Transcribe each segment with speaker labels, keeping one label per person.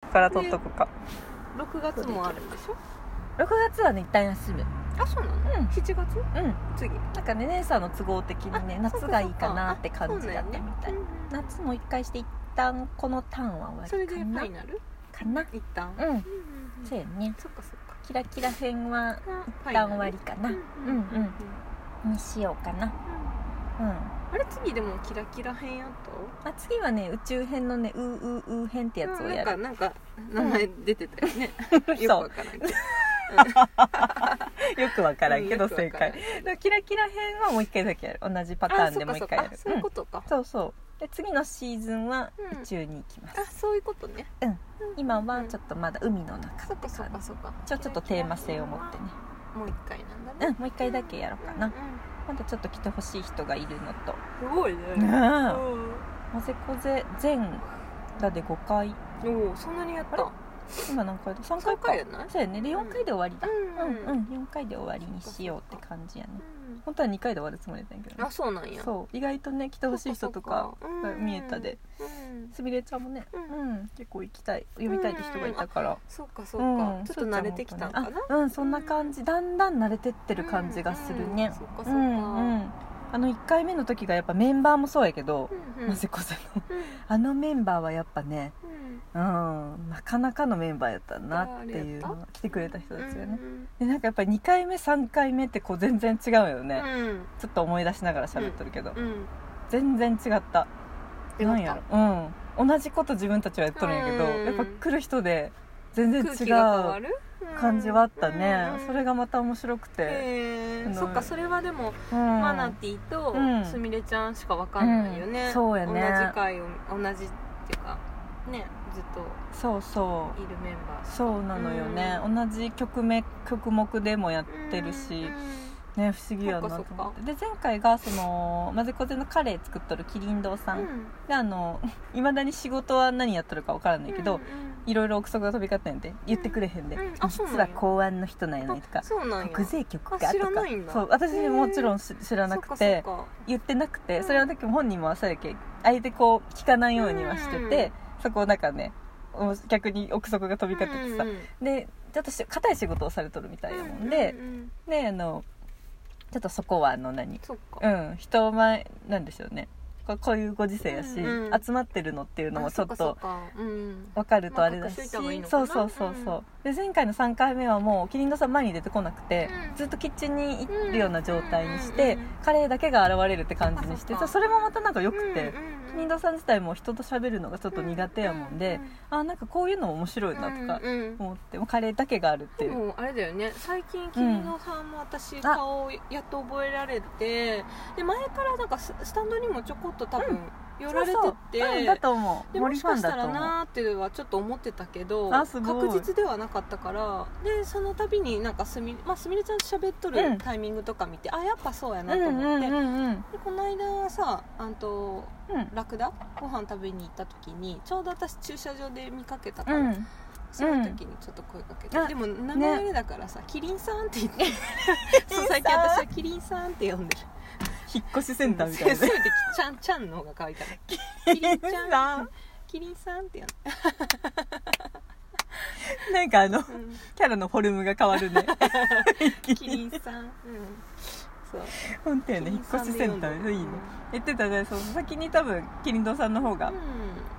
Speaker 1: から撮っとくか
Speaker 2: 6月もあるんでしょ
Speaker 1: 6月はね一旦休む
Speaker 2: あそうなの
Speaker 1: うん
Speaker 2: 7月
Speaker 1: うん
Speaker 2: 次
Speaker 1: なんかね姉さんの都合的にね
Speaker 2: あ
Speaker 1: 夏がいいかなって
Speaker 2: そっ
Speaker 1: 感
Speaker 2: か
Speaker 1: じ
Speaker 2: そっ
Speaker 1: だ
Speaker 2: か
Speaker 1: ったみたい、
Speaker 2: そうなんやねうんうん
Speaker 1: 夏も一回して一旦このターンは
Speaker 2: そ
Speaker 1: 終わりかな
Speaker 2: れでファイナル
Speaker 1: かな
Speaker 2: 一旦
Speaker 1: うん
Speaker 2: んうん
Speaker 1: そうやね
Speaker 2: そっかそっか
Speaker 1: キラキラ編は
Speaker 2: 一
Speaker 1: 一旦終わりかなうんうんにしようかなうん
Speaker 2: あれ次でもキラキラ編やった
Speaker 1: あ次はね宇宙編のねうううう編ってやつをやる、
Speaker 2: うんなんかなんか名前出てたよ ねよく
Speaker 1: そ
Speaker 2: わからんけど
Speaker 1: うよくわからんけど
Speaker 2: うんよく
Speaker 1: 正
Speaker 2: わからん
Speaker 1: 解キラキラ編はもう一回だけやる同じパターンでもう一回や
Speaker 2: あ
Speaker 1: る
Speaker 2: そっかそっかあそういうことか
Speaker 1: うんそうそうで次のシーズンは
Speaker 2: うん
Speaker 1: 宇宙に行きます、
Speaker 2: あそういうことね
Speaker 1: うん今
Speaker 2: う
Speaker 1: は
Speaker 2: ん
Speaker 1: ちょっとまだ海の中
Speaker 2: そっかそっかそっか
Speaker 1: ちょちょっとテーマ性を持ってね
Speaker 2: もう一回
Speaker 1: う
Speaker 2: なんだ
Speaker 1: ん
Speaker 2: ね
Speaker 1: もう一回だけやろうかな
Speaker 2: うんうん
Speaker 1: まだちょっと来てほしい人がいるのと
Speaker 2: すごいね
Speaker 1: あ
Speaker 2: う
Speaker 1: まぜこぜ全だで5回
Speaker 2: んおおそんなにやった
Speaker 1: あ今何回だ3回
Speaker 2: 三
Speaker 1: か
Speaker 2: 回やない
Speaker 1: そうやねで4回で終わりだ
Speaker 2: う
Speaker 1: うんん
Speaker 2: う
Speaker 1: うんん4回で終わりにしようって感じやね
Speaker 2: うん
Speaker 1: 本当は2回で終わるつもりだったんやけどね
Speaker 2: あそうなんや
Speaker 1: そう意外とね来てほしい人とかが見えたですみれちゃんもね、
Speaker 2: う
Speaker 1: うんん結構行きたい読みたいって人がいたから、
Speaker 2: そうかそううんかちょっと慣れてきたんかな
Speaker 1: あうんそんな感じだんだん慣れてってる感じがするね
Speaker 2: そうかそううんか
Speaker 1: うんあの1回目の時がやっぱメンバーもそうやけど、まぜこさんのあのメンバーはやっぱねうんなかなかのメンバーやったなっていうのが来てくれた人たちがね、でなんかやっぱり2回目3回目ってこう全然違うよね、
Speaker 2: うん
Speaker 1: ちょっと思い出しながら喋っとるけど、
Speaker 2: うん
Speaker 1: 全然違ったなんやろうん同じこと自分たちはやっとるんやけど
Speaker 2: うん
Speaker 1: やっぱ来る人で全然
Speaker 2: 空
Speaker 1: 違
Speaker 2: 気が変わ
Speaker 1: う
Speaker 2: る
Speaker 1: 感じはあったねそれがまた面白くて
Speaker 2: えそっかそれはでもマ
Speaker 1: マ
Speaker 2: ナティと
Speaker 1: うん
Speaker 2: すみれちゃんしかわかんないよね、
Speaker 1: うんそうやね
Speaker 2: 同じ回を同じっていうかねずっと
Speaker 1: そうそう
Speaker 2: いるメンバー
Speaker 1: そうなのよね同じ曲名曲目でもやってるしね不思議やなと
Speaker 2: そっか
Speaker 1: 思ってで前回がそのまぜこぜのカレー作っとるキリン堂さ
Speaker 2: うんん
Speaker 1: であの いまだに仕事は何やっとるかわからんないけどいろいろ憶測が飛び交ってんやで言ってくれへんで、
Speaker 2: うんあそうなん
Speaker 1: 実
Speaker 2: や
Speaker 1: は公安の人なんや
Speaker 2: うん
Speaker 1: ないとか
Speaker 2: そうなんや
Speaker 1: 国税局かとか
Speaker 2: あ知らないんだ
Speaker 1: そう私もちろんし知らなく
Speaker 2: そってかそっか
Speaker 1: 言ってなく
Speaker 2: うん
Speaker 1: てそれはだけど本人も朝やけあえてこう聞かないようにはしてて、そこをなんかねお逆に憶測が飛び交っててさ、
Speaker 2: うんうん
Speaker 1: でちょっとし硬い仕事をされとるみたいなもんで
Speaker 2: う、んうん
Speaker 1: であのちょっとそこはあの何
Speaker 2: そっ
Speaker 1: う
Speaker 2: か
Speaker 1: ん人前なんでしょうねこうこういうご時世やし、
Speaker 2: うんうん
Speaker 1: 集まってるのっていうのも
Speaker 2: あ
Speaker 1: ちょ
Speaker 2: そ
Speaker 1: っ
Speaker 2: か
Speaker 1: と
Speaker 2: そかうん
Speaker 1: わかるとあれだし、
Speaker 2: まあ隠しといた方がいいのか
Speaker 1: そ
Speaker 2: な
Speaker 1: うそうそうそう、で前回の3回目はもうキリンドさん前に出てこなくて、
Speaker 2: うん
Speaker 1: ずっとキッチンに行るような状態にして、
Speaker 2: うんうんうん
Speaker 1: カレーだけが現れるって感じにして
Speaker 2: そっか
Speaker 1: それもまたなんか良くて、キリン
Speaker 2: だ
Speaker 1: ドさん自体も人と喋るのがちょっと苦手やもんで、あなんかこういうのも面白いなとか
Speaker 2: うんうん
Speaker 1: 思って、もうカレーだけがあるっていう、
Speaker 2: もうあれだよね最近君のさんも私顔をやっと覚えられて、で前からなんかススタンドにもちょこっと多分寄られてって、
Speaker 1: そうそう、うんだと思う
Speaker 2: でも
Speaker 1: 森
Speaker 2: し
Speaker 1: ファ
Speaker 2: か
Speaker 1: ン
Speaker 2: した
Speaker 1: だと
Speaker 2: ら
Speaker 1: 思う
Speaker 2: なーってはちょっと思ってたけど
Speaker 1: あすごい
Speaker 2: 確実ではなかったからでその度になんかすみ,、まあ、すみれちゃんと喋っと
Speaker 1: う
Speaker 2: る
Speaker 1: ん
Speaker 2: タイミングとか見て、あやっぱそうやな
Speaker 1: う
Speaker 2: と
Speaker 1: ん
Speaker 2: 思
Speaker 1: う
Speaker 2: っ
Speaker 1: ん
Speaker 2: て、
Speaker 1: うんうん
Speaker 2: でこの間さあんと
Speaker 1: うん
Speaker 2: ラクダご飯食べに行った時にちょうど私駐車場で見かけたから、
Speaker 1: うん
Speaker 2: その時にちょっと声かけて、
Speaker 1: あ
Speaker 2: でも名前あれだからさ、キリンさんって言って そう最近私はキリンさんって呼んでる
Speaker 1: 引っ越しセンターみたいな
Speaker 2: せ
Speaker 1: ね
Speaker 2: めてちゃんちゃんの方が可愛いからキリンちゃんキリンさんって呼んで
Speaker 1: なんかあの
Speaker 2: る、
Speaker 1: キャラのフォルムが変わるね
Speaker 2: うん、キリンさん、うん、そう
Speaker 1: 本当やね
Speaker 2: キ
Speaker 1: 引
Speaker 2: リ
Speaker 1: っ
Speaker 2: ンさん
Speaker 1: 越しセンター
Speaker 2: で
Speaker 1: でいいね言ってたねそう先に多分キリンドさんの方
Speaker 2: 呼
Speaker 1: が
Speaker 2: んで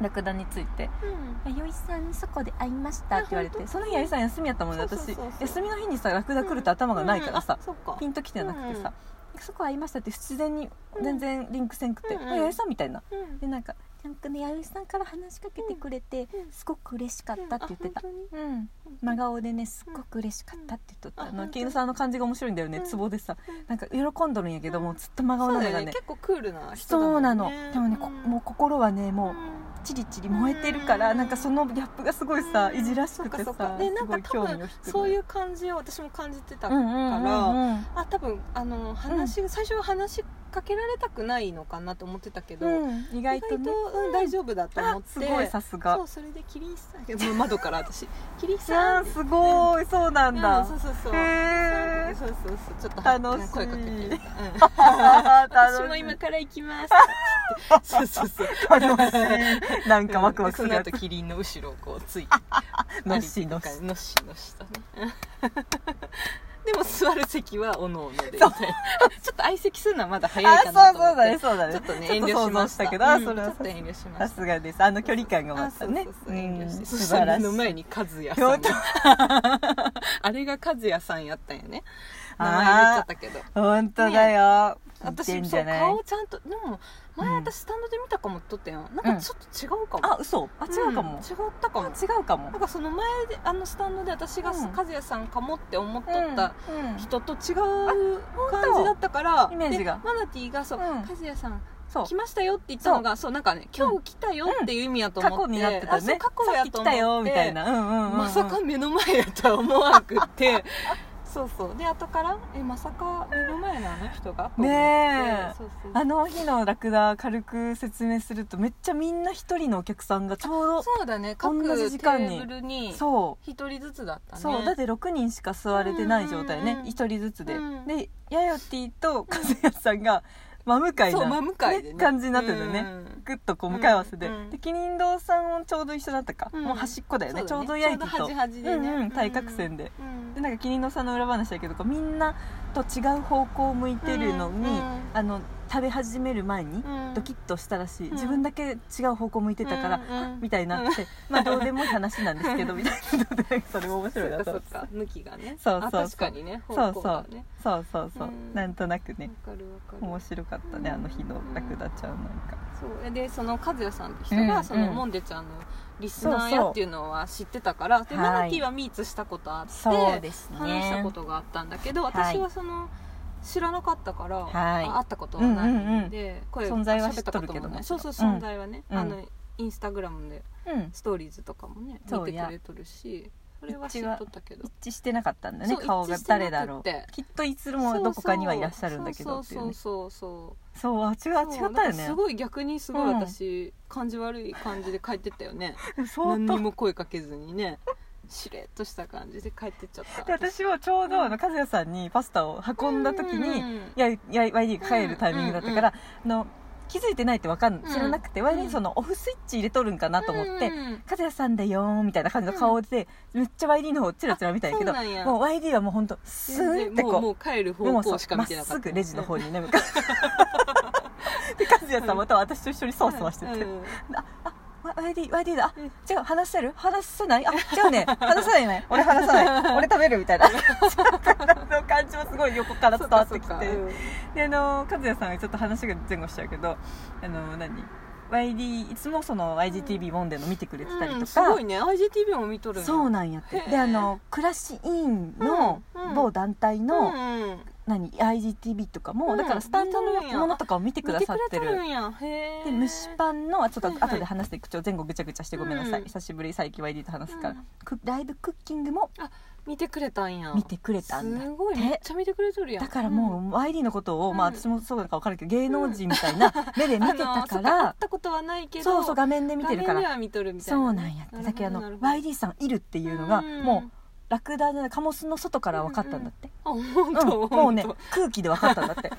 Speaker 1: ラクダについて
Speaker 2: るうん、う
Speaker 1: 「
Speaker 2: ん
Speaker 1: 弥生さんにそこで会いました」って言われ
Speaker 2: あ本
Speaker 1: て
Speaker 2: 当
Speaker 1: その日弥生さん休みやったもんね
Speaker 2: そうそ
Speaker 1: 私
Speaker 2: うそうそう
Speaker 1: 休みの日にさラクダ来ると頭がないからさ
Speaker 2: うんあそっか
Speaker 1: ピンときてなくてさ「そこ会いました」って自然に
Speaker 2: うん
Speaker 1: 全然リンクせんくて「
Speaker 2: うんうん
Speaker 1: あ弥生さん」みたいな
Speaker 2: うん
Speaker 1: でなんか「ちゃんとね弥生さんから話しかけてくれて
Speaker 2: うんうん
Speaker 1: すごく嬉しかった」って言ってた
Speaker 2: あ本当に
Speaker 1: うん真顔でねすっごく嬉しかったって言っとった
Speaker 2: うん
Speaker 1: あ
Speaker 2: あ本
Speaker 1: の
Speaker 2: 当
Speaker 1: キリンドさんの感じが面白いんだよ
Speaker 2: う
Speaker 1: ね
Speaker 2: ん
Speaker 1: ツボでさ
Speaker 2: うん
Speaker 1: なんか喜んどるんやけどもうずっと真顔
Speaker 2: そう
Speaker 1: な
Speaker 2: だ
Speaker 1: のがね
Speaker 2: よね結構クールな人だ
Speaker 1: そう
Speaker 2: もん
Speaker 1: なのでもね、こもう心はねもうチリチリ燃えてるから、
Speaker 2: うん
Speaker 1: なんかそのギャップがすごいさ、
Speaker 2: うん
Speaker 1: いじらしくて
Speaker 2: そ
Speaker 1: さ
Speaker 2: っかそっかでなんか
Speaker 1: す
Speaker 2: 多
Speaker 1: ごい興味を
Speaker 2: 分
Speaker 1: 引く
Speaker 2: そういうう感じを私も感じて
Speaker 1: だ
Speaker 2: たから、
Speaker 1: うんうんうんうん
Speaker 2: あ多分あの話、最初は話しかけられたくないのかなと思ってたけど、
Speaker 1: 意
Speaker 2: 意外
Speaker 1: 外
Speaker 2: と、
Speaker 1: とね
Speaker 2: うん、大丈夫だと思
Speaker 1: あ
Speaker 2: って
Speaker 1: すごいさす
Speaker 2: そ
Speaker 1: が
Speaker 2: うそれでキリンさんいやもう 窓から私キリンさ
Speaker 1: あ
Speaker 2: ん
Speaker 1: すごいそうな
Speaker 2: うんん
Speaker 1: だ
Speaker 2: そうそうそう
Speaker 1: へえ
Speaker 2: そうそうそうちょっ と
Speaker 1: 楽しい
Speaker 2: 声かけて、うん、
Speaker 1: 私
Speaker 2: 私も今から行 きますってそうそうそう
Speaker 1: 楽しいなんかワクワクする
Speaker 2: その
Speaker 1: や
Speaker 2: 後
Speaker 1: つ
Speaker 2: キリンの後ろをこうついて
Speaker 1: のっしのっし
Speaker 2: のっしのっしとね でも座る席はおのおのでみたいなちょっと相席するのはまだ早い
Speaker 1: あ
Speaker 2: か
Speaker 1: そう
Speaker 2: なと思
Speaker 1: そうだ
Speaker 2: っ
Speaker 1: ねそうだね
Speaker 2: てちょっとね遠慮しました
Speaker 1: ちょっと想像したけどあ
Speaker 2: うん
Speaker 1: それは
Speaker 2: ちょっと遠慮しま
Speaker 1: さ
Speaker 2: し
Speaker 1: すがですあの距離感が
Speaker 2: た
Speaker 1: またね
Speaker 2: あそうそうそう遠慮して、
Speaker 1: うん
Speaker 2: そ
Speaker 1: 素
Speaker 2: した
Speaker 1: 晴
Speaker 2: ら
Speaker 1: ら
Speaker 2: 目
Speaker 1: し
Speaker 2: の
Speaker 1: い
Speaker 2: 前に和也さん
Speaker 1: 本当
Speaker 2: が あれが和也さんやったんやね
Speaker 1: あ
Speaker 2: 名
Speaker 1: ー
Speaker 2: 前言っちゃったけど
Speaker 1: 本当だよ似て
Speaker 2: 私
Speaker 1: ん
Speaker 2: そ
Speaker 1: じゃ
Speaker 2: う
Speaker 1: ない
Speaker 2: 顔ちゃんとでも前私スタンドで見たかもって言ったやんなんかちょっと違うかも、
Speaker 1: あ嘘あ違うか
Speaker 2: ん
Speaker 1: も
Speaker 2: 違ったか
Speaker 1: あ
Speaker 2: も
Speaker 1: 違うかも
Speaker 2: なんかその前であのスタンドで私が
Speaker 1: うん
Speaker 2: 和也さんかもって思っと
Speaker 1: うん
Speaker 2: った
Speaker 1: うん
Speaker 2: 人と違う感じだったから
Speaker 1: イメージが
Speaker 2: でマナティーがそう、
Speaker 1: うん
Speaker 2: 和也さん
Speaker 1: そう
Speaker 2: 来ましたよって言ったのがそうなんかね今日来たよっていう意味やと思っ
Speaker 1: 過
Speaker 2: て、
Speaker 1: 去になってた
Speaker 2: あそう
Speaker 1: ね
Speaker 2: 過去や
Speaker 1: さっき
Speaker 2: と思
Speaker 1: 来
Speaker 2: っ
Speaker 1: た
Speaker 2: て
Speaker 1: よみたいなうんうんうんうん
Speaker 2: まさか目の前やとは思わなくって そうそうで後からえまさか目の前のあの人がと思って
Speaker 1: ねえ
Speaker 2: そうそう
Speaker 1: あの日のラクダ軽く説明するとめっちゃみんな一人のお客さんがちょう
Speaker 2: そうだね各テ
Speaker 1: 同じ時間に
Speaker 2: ーブルに
Speaker 1: どそう
Speaker 2: 一人ずつだったね
Speaker 1: そうだって6人しか座れてない状態
Speaker 2: うん
Speaker 1: ね
Speaker 2: うんうん
Speaker 1: 一人ずつで
Speaker 2: うん
Speaker 1: でヤヨティと和也さんが真向かい
Speaker 2: そう真
Speaker 1: な
Speaker 2: 向かいでね
Speaker 1: ね感じになってたよね
Speaker 2: うん
Speaker 1: グッとこう向かい合わせで
Speaker 2: うんうん
Speaker 1: でキリン堂さんもちょうど一緒だったか
Speaker 2: うん
Speaker 1: もう端っこだよねちょうどヤヨ
Speaker 2: やい
Speaker 1: ティ
Speaker 2: と
Speaker 1: と
Speaker 2: 端々でね
Speaker 1: うんうん対角線ででなんかキリン堂さんの裏話だけどこうみんなと違う方向を向いてるのにあの食べ始める前にドキッとしたらしい
Speaker 2: うん
Speaker 1: 自分だけ違う方向向いてたから
Speaker 2: うんうん
Speaker 1: あみたいになってまあどうでもいい話なんですけ どみ たいなそれも面
Speaker 2: そ
Speaker 1: 白
Speaker 2: う
Speaker 1: い
Speaker 2: か
Speaker 1: なと
Speaker 2: そ
Speaker 1: 思っ
Speaker 2: う
Speaker 1: て
Speaker 2: か向きがね
Speaker 1: そうそう
Speaker 2: あ確かにね
Speaker 1: そ
Speaker 2: 方
Speaker 1: うそう
Speaker 2: 向がね
Speaker 1: そうそうそう、
Speaker 2: うん
Speaker 1: なんとなくね
Speaker 2: わかるわかる
Speaker 1: 面白かったねあの日のラクダちゃんなんか
Speaker 2: そうでその和也さんって人
Speaker 1: う
Speaker 2: が
Speaker 1: ん
Speaker 2: その
Speaker 1: うん
Speaker 2: モンデちゃんのリスナー
Speaker 1: そう
Speaker 2: や
Speaker 1: そう
Speaker 2: っていうのは知ってたからで
Speaker 1: はい
Speaker 2: マナティーはミーツしたことあって
Speaker 1: です
Speaker 2: 話したことがあったんだけど私はその知らなかったから
Speaker 1: はい
Speaker 2: あ会ったことはないんで声
Speaker 1: 存在は
Speaker 2: 喋ったことも
Speaker 1: 知っとるけど
Speaker 2: な
Speaker 1: も
Speaker 2: いそうそう
Speaker 1: うん
Speaker 2: 存在はね
Speaker 1: うん
Speaker 2: あのインスタグラムで
Speaker 1: うん
Speaker 2: ストーリーズとかもね見
Speaker 1: そう
Speaker 2: て
Speaker 1: や
Speaker 2: くれとるしそれは知っとったけど
Speaker 1: 一致してなかったんだね
Speaker 2: そう
Speaker 1: 顔
Speaker 2: 一致
Speaker 1: が
Speaker 2: してなく
Speaker 1: 誰
Speaker 2: て
Speaker 1: だろうきっといつもどこかにはいらっしゃるんだけどっていう
Speaker 2: そう
Speaker 1: ね
Speaker 2: そうそうそう
Speaker 1: そうあ違う
Speaker 2: そ
Speaker 1: 違った
Speaker 2: う
Speaker 1: よ
Speaker 2: なんか
Speaker 1: ね
Speaker 2: すごい逆にすご
Speaker 1: う
Speaker 2: い
Speaker 1: ん
Speaker 2: 私、感じ悪い感じで帰ってったよね
Speaker 1: 相
Speaker 2: 何に
Speaker 1: 当
Speaker 2: も声かけずにねしれっとした感じで帰ってっちゃった
Speaker 1: で私はちょうどあの和也さんにパスタを運んだ時に、
Speaker 2: うんうん
Speaker 1: いやいや YD が帰るタイミングだったから、あの気づいてないってわかん知らなくて、
Speaker 2: うん
Speaker 1: YD そのオフスイッチ入れとるんかなと思って、
Speaker 2: うんうん
Speaker 1: 和也さんだよーみたいな感じの顔で、めっちゃ YD の方チラチラ見たんやけど
Speaker 2: あそうなんや
Speaker 1: もう YD はもうほんとス
Speaker 2: 全
Speaker 1: ーン
Speaker 2: 然
Speaker 1: ってこ
Speaker 2: もう
Speaker 1: う
Speaker 2: もう帰る方
Speaker 1: そう
Speaker 2: 向しか
Speaker 1: ま
Speaker 2: 見
Speaker 1: って
Speaker 2: なかった
Speaker 1: すぐレジの方にね向かって で和也さんまた私と一緒にそわそわしてて、
Speaker 2: うん
Speaker 1: ああ YD, YD だあ
Speaker 2: うん
Speaker 1: 違う話せる話さないあ違うね話さない ね俺話さない俺食べるみたいなの感じもすごい横から伝わってき
Speaker 2: そ
Speaker 1: て
Speaker 2: うかそうか
Speaker 1: であの和也さんがちょっと話が前後しちゃうけどあの何 YD いつもその IGTV モンデーの見てくれてたり
Speaker 2: うん
Speaker 1: と
Speaker 2: す
Speaker 1: か、
Speaker 2: ごいね IGTV も見とる
Speaker 1: そうな
Speaker 2: な
Speaker 1: んやって
Speaker 2: へえ
Speaker 1: であの暮らし委員の
Speaker 2: うんうん
Speaker 1: 某団体の、
Speaker 2: うんうん、
Speaker 1: 何 IGTV とかも、
Speaker 2: うん
Speaker 1: だからスタンドのものとかを見て
Speaker 2: 見
Speaker 1: くだ
Speaker 2: て
Speaker 1: さ
Speaker 2: く
Speaker 1: っ
Speaker 2: れ
Speaker 1: て
Speaker 2: と
Speaker 1: る
Speaker 2: るんやへえ
Speaker 1: で虫パンのあちょっと
Speaker 2: はいはい
Speaker 1: 後で話して口調前後ぐちゃぐちゃしてごめんなさい、
Speaker 2: うん
Speaker 1: 久しぶり最近 YD と話すから、
Speaker 2: うん
Speaker 1: くライブクッキングも
Speaker 2: 見てくれたんや
Speaker 1: 見てくれたんだ
Speaker 2: すごいめっちゃ見てくれとるやん
Speaker 1: だからも
Speaker 2: ん
Speaker 1: う YD のことを、
Speaker 2: うん
Speaker 1: まあ私もそうなのか分からんけど芸能人みたいな目で見てたか
Speaker 2: あのそっ会
Speaker 1: ら
Speaker 2: っ、たことはないけど
Speaker 1: そうそう画面で見てるか
Speaker 2: 画面で
Speaker 1: ら
Speaker 2: は見とるみたい
Speaker 1: そ
Speaker 2: な
Speaker 1: うなんやって
Speaker 2: るほど
Speaker 1: だけあの
Speaker 2: なるほど
Speaker 1: YD さんいるっていうのが
Speaker 2: ん
Speaker 1: もうラクダじゃないカモスの外から分かったんだって、
Speaker 2: あ本
Speaker 1: うん
Speaker 2: 当、
Speaker 1: もうね
Speaker 2: 本
Speaker 1: 空気で分かったんだって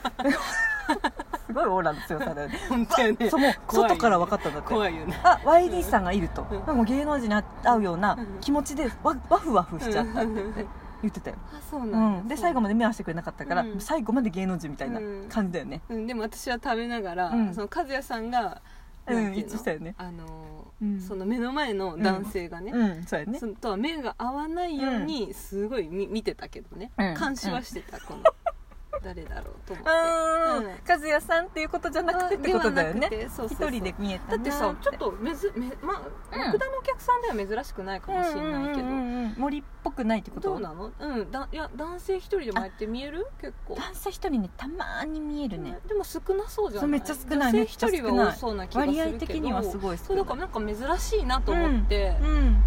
Speaker 1: すごいオーラの強さだよね
Speaker 2: 当本当やね
Speaker 1: そうもう
Speaker 2: 怖いよね
Speaker 1: 外から分かったんだって
Speaker 2: 怖いよね
Speaker 1: あ YD さんがいると、
Speaker 2: うん
Speaker 1: なんか芸能人に会うような
Speaker 2: うん
Speaker 1: 気持ちでわわふわふしちゃったって言って
Speaker 2: うん
Speaker 1: 言ってたよ、
Speaker 2: あそう
Speaker 1: う
Speaker 2: なんや
Speaker 1: ん、で最後まで目合わせてくれなかったから、
Speaker 2: うん
Speaker 1: 最後まで芸能人みたいな感じだよね、
Speaker 2: うんでも私は食べながら、
Speaker 1: うん
Speaker 2: その和也さんが
Speaker 1: うん
Speaker 2: なんてい
Speaker 1: 一致したよね
Speaker 2: あの
Speaker 1: う
Speaker 2: ー
Speaker 1: ん
Speaker 2: その目の前の男性がね、
Speaker 1: うんそうやね
Speaker 2: そのとは目が合わないようにすごい見見てたけどね、
Speaker 1: うん
Speaker 2: 監視はしてた、この誰だろうと思って
Speaker 1: うん、
Speaker 2: うん
Speaker 1: 和也さんっていうことじゃなくてってことだよ
Speaker 2: で
Speaker 1: ね
Speaker 2: はなくてそうそう
Speaker 1: 一
Speaker 2: そう
Speaker 1: 人で見え
Speaker 2: だ
Speaker 1: たな
Speaker 2: ってさちょっとめずめまあ
Speaker 1: うん
Speaker 2: ラクダのお客さんでは珍しくないかもしれないけど、
Speaker 1: うんうんうんうん森っぽくないってこと
Speaker 2: どうなのうんだいや男性一人でもやって見える結構
Speaker 1: 男性一人ねたまーに見えるね、
Speaker 2: でも少なそうじゃな
Speaker 1: そう
Speaker 2: い
Speaker 1: めっちゃ少ない
Speaker 2: 女性一人
Speaker 1: めっちゃ少な
Speaker 2: はい多そうな気がするけ
Speaker 1: 割
Speaker 2: ど
Speaker 1: 合的にはすごい
Speaker 2: そうだからなんか珍しいなと思って、
Speaker 1: うん
Speaker 2: うん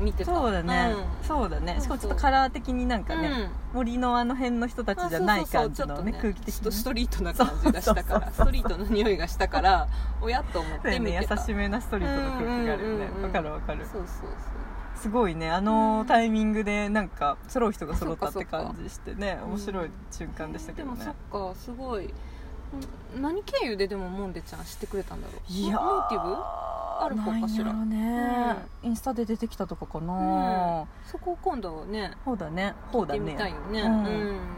Speaker 2: 見てた
Speaker 1: そうだね、そうだ
Speaker 2: そうそ
Speaker 1: ね
Speaker 2: う
Speaker 1: しかもちょっとカラー的になんか
Speaker 2: うん
Speaker 1: ね、森のあの辺の人たちじゃない感じのね
Speaker 2: あそうそうそうちょっとね
Speaker 1: 空気的
Speaker 2: ちょっとス
Speaker 1: に
Speaker 2: トリートな感じがしたから
Speaker 1: そ
Speaker 2: ス
Speaker 1: うそうそうそう
Speaker 2: トリートの匂いがしたからおやっと思っ
Speaker 1: そう
Speaker 2: て
Speaker 1: や
Speaker 2: 見
Speaker 1: ね
Speaker 2: てた
Speaker 1: 優しめなストリートの空気があるよね
Speaker 2: うんうんうんうん
Speaker 1: わかるわかる
Speaker 2: そうそうそう
Speaker 1: すごいねあのタイミングでなんか揃う人が揃ったって感じしてね
Speaker 2: うん
Speaker 1: 面白い瞬間でしたけどね
Speaker 2: でもそっかすごいん何経由ででもモンデちゃん知ってくれたんだろう
Speaker 1: いや
Speaker 2: ネイティブ
Speaker 1: あ
Speaker 2: る方かしら
Speaker 1: ないんだろうね、インスタで出てきたとかかな、
Speaker 2: そこを今度ね
Speaker 1: そうだねそうだ
Speaker 2: 行ってみたい
Speaker 1: ねう
Speaker 2: よね、
Speaker 1: ん
Speaker 2: う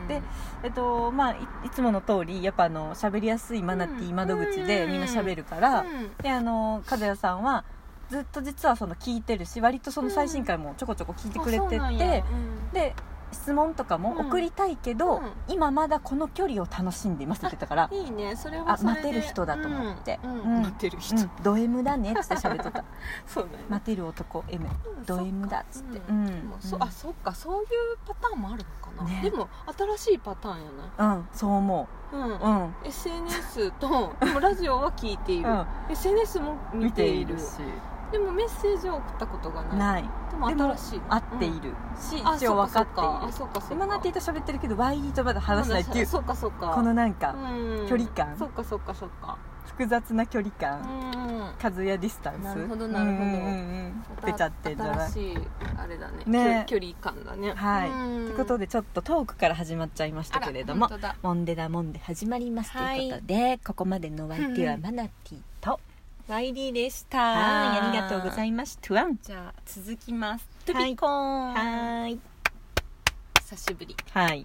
Speaker 2: ん
Speaker 1: でえっとまあいいつもの通りやっぱあの喋りやすいマナティー窓口で
Speaker 2: うん
Speaker 1: みんな喋るから、
Speaker 2: うん
Speaker 1: であの和也さんはずっと実はその聞いてるし割とその最新回もちょこちょこ聞いてくれてて、
Speaker 2: あそうなんやうん
Speaker 1: で質問とかも送りたいけど、
Speaker 2: うんうん
Speaker 1: 今まだこの距離を楽しんでいますって言ってたから
Speaker 2: いいねそれ
Speaker 1: あ
Speaker 2: はそれで
Speaker 1: 待てる人だと思って、
Speaker 2: うん
Speaker 1: うん
Speaker 2: 待てる
Speaker 1: う
Speaker 2: 人、
Speaker 1: ん、ド M だねっつって喋っとった
Speaker 2: そうだよね
Speaker 1: 待てる男 M ド M だっつって
Speaker 2: そか
Speaker 1: うん、
Speaker 2: でもそ
Speaker 1: うん
Speaker 2: あそっかそういうパターンもあるのかな、
Speaker 1: ね
Speaker 2: でも新しいパターンや
Speaker 1: うんそう思
Speaker 2: な、うん
Speaker 1: ううん、
Speaker 2: SNS とでもラジオは聞いている、
Speaker 1: うん、
Speaker 2: SNS も見ている
Speaker 1: し
Speaker 2: でもメッセージを送ったことがない
Speaker 1: ない
Speaker 2: でも
Speaker 1: でも
Speaker 2: 新しい
Speaker 1: 合ってい
Speaker 2: る、
Speaker 1: るし、
Speaker 2: あ
Speaker 1: 一応分かっている
Speaker 2: あそうかそうか
Speaker 1: 今なっていと喋ってるけど YD とまだ話しないっていう
Speaker 2: そうかそうか
Speaker 1: このなんか
Speaker 2: うん
Speaker 1: 距離感
Speaker 2: そうかそうかそうか
Speaker 1: 複雑な距離
Speaker 2: う
Speaker 1: 感
Speaker 2: ん
Speaker 1: 和也ディスタンス
Speaker 2: なるほどなるほど
Speaker 1: うんうんうん出ちゃってんじゃない
Speaker 2: 新しいあれだね
Speaker 1: ね
Speaker 2: 距距離感だね
Speaker 1: はい
Speaker 2: うん
Speaker 1: ということでちょっとトークから始まっちゃいましたけれども
Speaker 2: あら本当だ
Speaker 1: モンデダモンデ始まりますと
Speaker 2: はい
Speaker 1: いうことで、ここまでのお相手はマナティと、
Speaker 2: YD でした
Speaker 1: はいありがとうござ
Speaker 2: い
Speaker 1: いますトゥアン
Speaker 2: ますじゃあ続きますトゥビコーン
Speaker 1: はい
Speaker 2: 久しぶり
Speaker 1: はい